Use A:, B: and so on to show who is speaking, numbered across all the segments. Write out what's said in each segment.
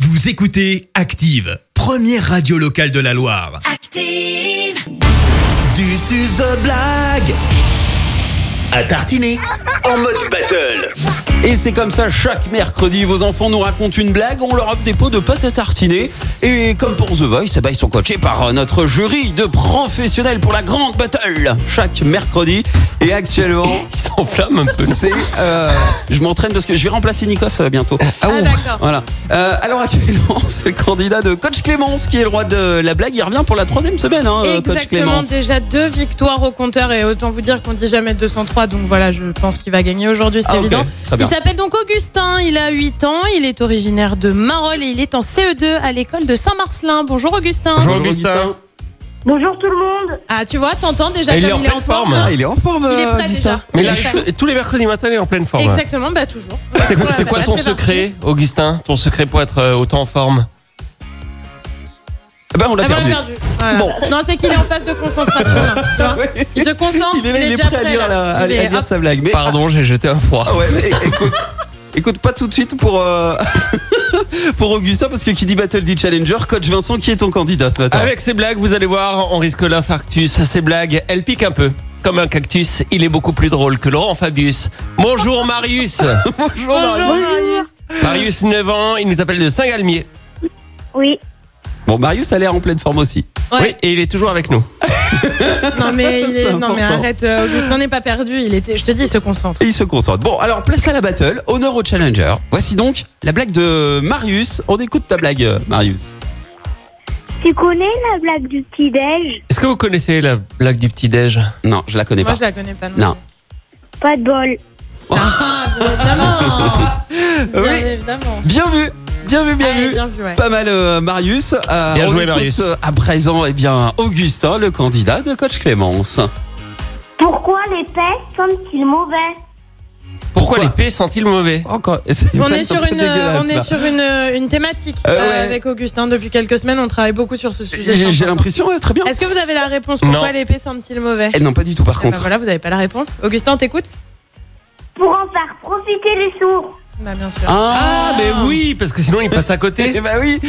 A: Vous écoutez Active, première radio locale de la Loire.
B: Active.
C: Du suzo blague à tartiner en mode battle.
D: Et c'est comme ça, chaque mercredi, vos enfants nous racontent une blague, on leur offre des pots de pâte à tartiner. Et comme pour The Voice, eh ben, ils sont coachés par euh, notre jury de professionnels pour la grande battle. Chaque mercredi. Et actuellement,
E: Il s'enflamme un peu.
D: c'est... euh, je m'entraîne parce que je vais remplacer Nikos euh, bientôt.
F: Ah, d'accord.
D: Voilà. Euh, alors actuellement, c'est le candidat de Coach Clémence qui est le roi de la blague. Il revient pour la troisième semaine, hein, euh, Coach
F: Exactement,
D: Clémence.
F: déjà deux victoires au compteur et autant vous dire qu'on dit jamais 203, donc voilà, je pense qu'il va gagner aujourd'hui, c'est
D: Ah, ok.
F: évident.
D: Très bien.
F: Il s'appelle donc Augustin, il a 8 ans, il est originaire de Marolles et il est en CE2 à l'école de Saint-Marcelin. Bonjour Augustin.
E: Bonjour Augustin.
G: Bonjour tout le monde.
F: Ah, tu vois, t'entends déjà
E: Et il
F: comme
E: est en
F: il est en
E: pleine
F: forme. hein.
E: forme.
D: Ah, il est en forme,
F: Il est
D: euh,
F: prêt
D: Augustin.
F: déjà.
E: Mais
F: Il
E: là,
F: est prêt.
E: je- tous les mercredis matin, elle est en pleine forme.
F: Exactement, bah toujours.
E: C'est quoi, c'est
F: Voilà,
E: quoi
F: bah,
E: ton
F: c'est parti.
E: secret, Augustin Ton secret pour être euh, autant en forme
D: Ah ben, on l'a
F: Ah, bah, on
D: perdu.
F: l'a perdu. Voilà.
D: Bon.
F: Non, c'est qu'il est en phase de concentration. là, tu vois.
D: Oui.
F: Il se concentre,
D: Il est là, il est
F: déjà
D: prêt à lire,
F: là.
D: la- à- à
F: Il est-
D: lire sa blague. Mais
E: Pardon, j'ai jeté un
D: Ah
E: froid.
D: ouais, mais é- écoute, écoute pas tout de suite pour, euh, pour Augustin, parce que qui dit Battle dit Challenger, coach Vincent, qui est ton candidat ce matin
E: Avec ces blagues, vous allez voir, on risque l'infarctus. Ces blagues, elles piquent un peu. Comme un cactus, il est beaucoup plus drôle que Laurent Fabius. Bonjour Marius
D: Bonjour, Marie.
F: Bonjour Marius.
E: Marius, 9 ans, il nous appelle de Saint-Galmier.
G: Oui.
D: Bon, Marius a l'air en pleine forme aussi.
F: Ouais.
E: Oui, et il est toujours avec nous.
F: Non mais, il
D: C'est
F: est... non, mais
D: important.
F: arrête, euh, Augustin n'est pas perdu, il était... je te dis, il se concentre.
D: Et il se concentre. Bon, alors place à la battle, honneur au Challenger. Voici donc la blague de Marius. On écoute ta blague, euh, Marius.
G: Tu connais la blague du petit-déj
E: Est-ce que vous connaissez la blague du petit-déj
D: Non, je la connais
F: Moi
D: pas.
F: je la connais pas.
D: Non.
G: Pas de bol.
F: Ah, bien évidemment Bien
D: Oui.
F: évidemment
D: Bien vu, bien vu, bien
F: Allez,
D: vu.
F: bien vu, ouais.
D: Pas mal, euh, Marius. Euh,
E: Bien
D: on
E: joué,
D: écoute,
E: Marius.
D: euh, à présent, eh bien, Augustin, le candidat de coach Clémence.
G: Pourquoi les pets sont-ils mauvais
E: Pourquoi,
D: Pourquoi
E: les P sont-ils mauvais
D: Encore. c'est une
F: On
D: blague
F: est sur
D: un peu
F: une, euh,
D: dégueulasse,
F: on est
D: là.
F: sur une, une thématique
D: Euh,
F: euh,
D: ouais.
F: avec Augustin depuis quelques semaines. On travaille beaucoup sur ce sujet. c'est
D: J'ai j'ai
F: important.
D: l'impression, ouais, très bien.
F: Est-ce que vous avez la réponse Pourquoi
E: Non.
F: l'épée sent-il mauvais
D: Eh non, pas du tout, par
F: Eh ben
D: contre.
F: Voilà, vous n'avez pas la réponse. Augustin, on t'écoute
G: Pour en faire profiter les sourds.
F: Bah, Bien sûr.
E: Ah, mais oui, parce que sinon il passe à
D: Eh
E: côté.
D: bah oui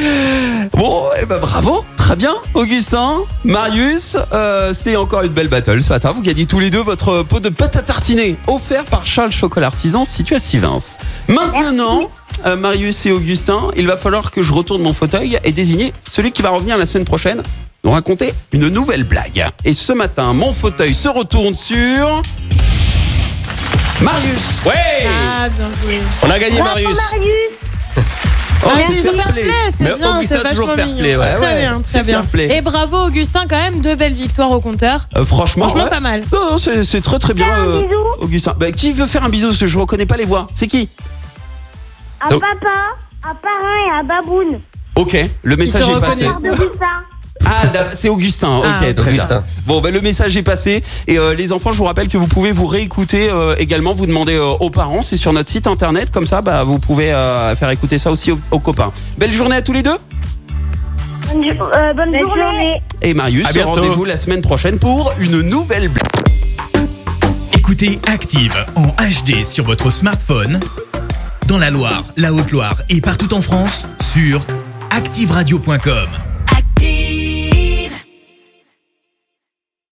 D: Bon, eh ben bravo Très bien, Augustin, Marius, euh, c'est encore une belle battle ce matin. Vous gagnez tous les deux votre pot de pâte à tartiner, offert par Charles Chocolat Artisan, situé à Sivins. Maintenant, euh, Marius et Augustin, il va falloir que je retourne mon fauteuil et désigner celui qui va revenir la semaine prochaine nous raconter une nouvelle blague. Et ce matin, mon fauteuil se retourne sur... Marius
E: Ouais
F: Ah, bien joué.
E: On a gagné
G: Bravo,
E: Marius.
G: Marius
D: Oh,
F: Ah,
D: c'est
F: ils ont
D: fair
F: fair
D: play.
F: play,
E: Mais
F: c'est bien,
E: Augustin
F: c'est
E: a toujours
F: vachement
E: fair
F: mignon.
E: play, ouais.
D: Ah ouais,
F: Très bien,
D: c'est
F: très bien.
D: fair play.
F: Et bravo Augustin, quand même, deux belles victoires au compteur.
D: Euh, franchement,
F: Franchement,
D: ouais.
F: pas mal.
D: Non, non, c'est c'est très très bien.
G: Fais un
D: euh,
G: bisou.
D: Augustin, Bah, qui veut faire un bisou Parce que je reconnais pas les voix. C'est qui
G: À
E: Ça-
G: papa, à parrain et à baboune.
D: Ok, le message
F: se
D: est
F: reconnaît.
D: passé.
E: Eh.
G: Par de Goussin.
D: Ah, là, c'est Augustin. Ok,
F: Ah,
D: très bien.
E: Augustin.
D: Bon, bah, le message est passé. Et euh, les enfants, je vous rappelle que vous pouvez vous réécouter euh, également. Vous demandez euh, aux parents. C'est sur notre site internet. Comme ça, bah, vous pouvez euh, faire écouter ça aussi aux, aux copains. Belle journée à tous les deux.
G: Bonne, jo- euh, bonne journée.
D: Et Marius,
E: À bientôt.
D: rendez-vous la semaine prochaine pour une nouvelle blague.
A: Écoutez Active en HD sur votre smartphone, dans la Loire, la Haute-Loire et partout en France, sur activeradio.com.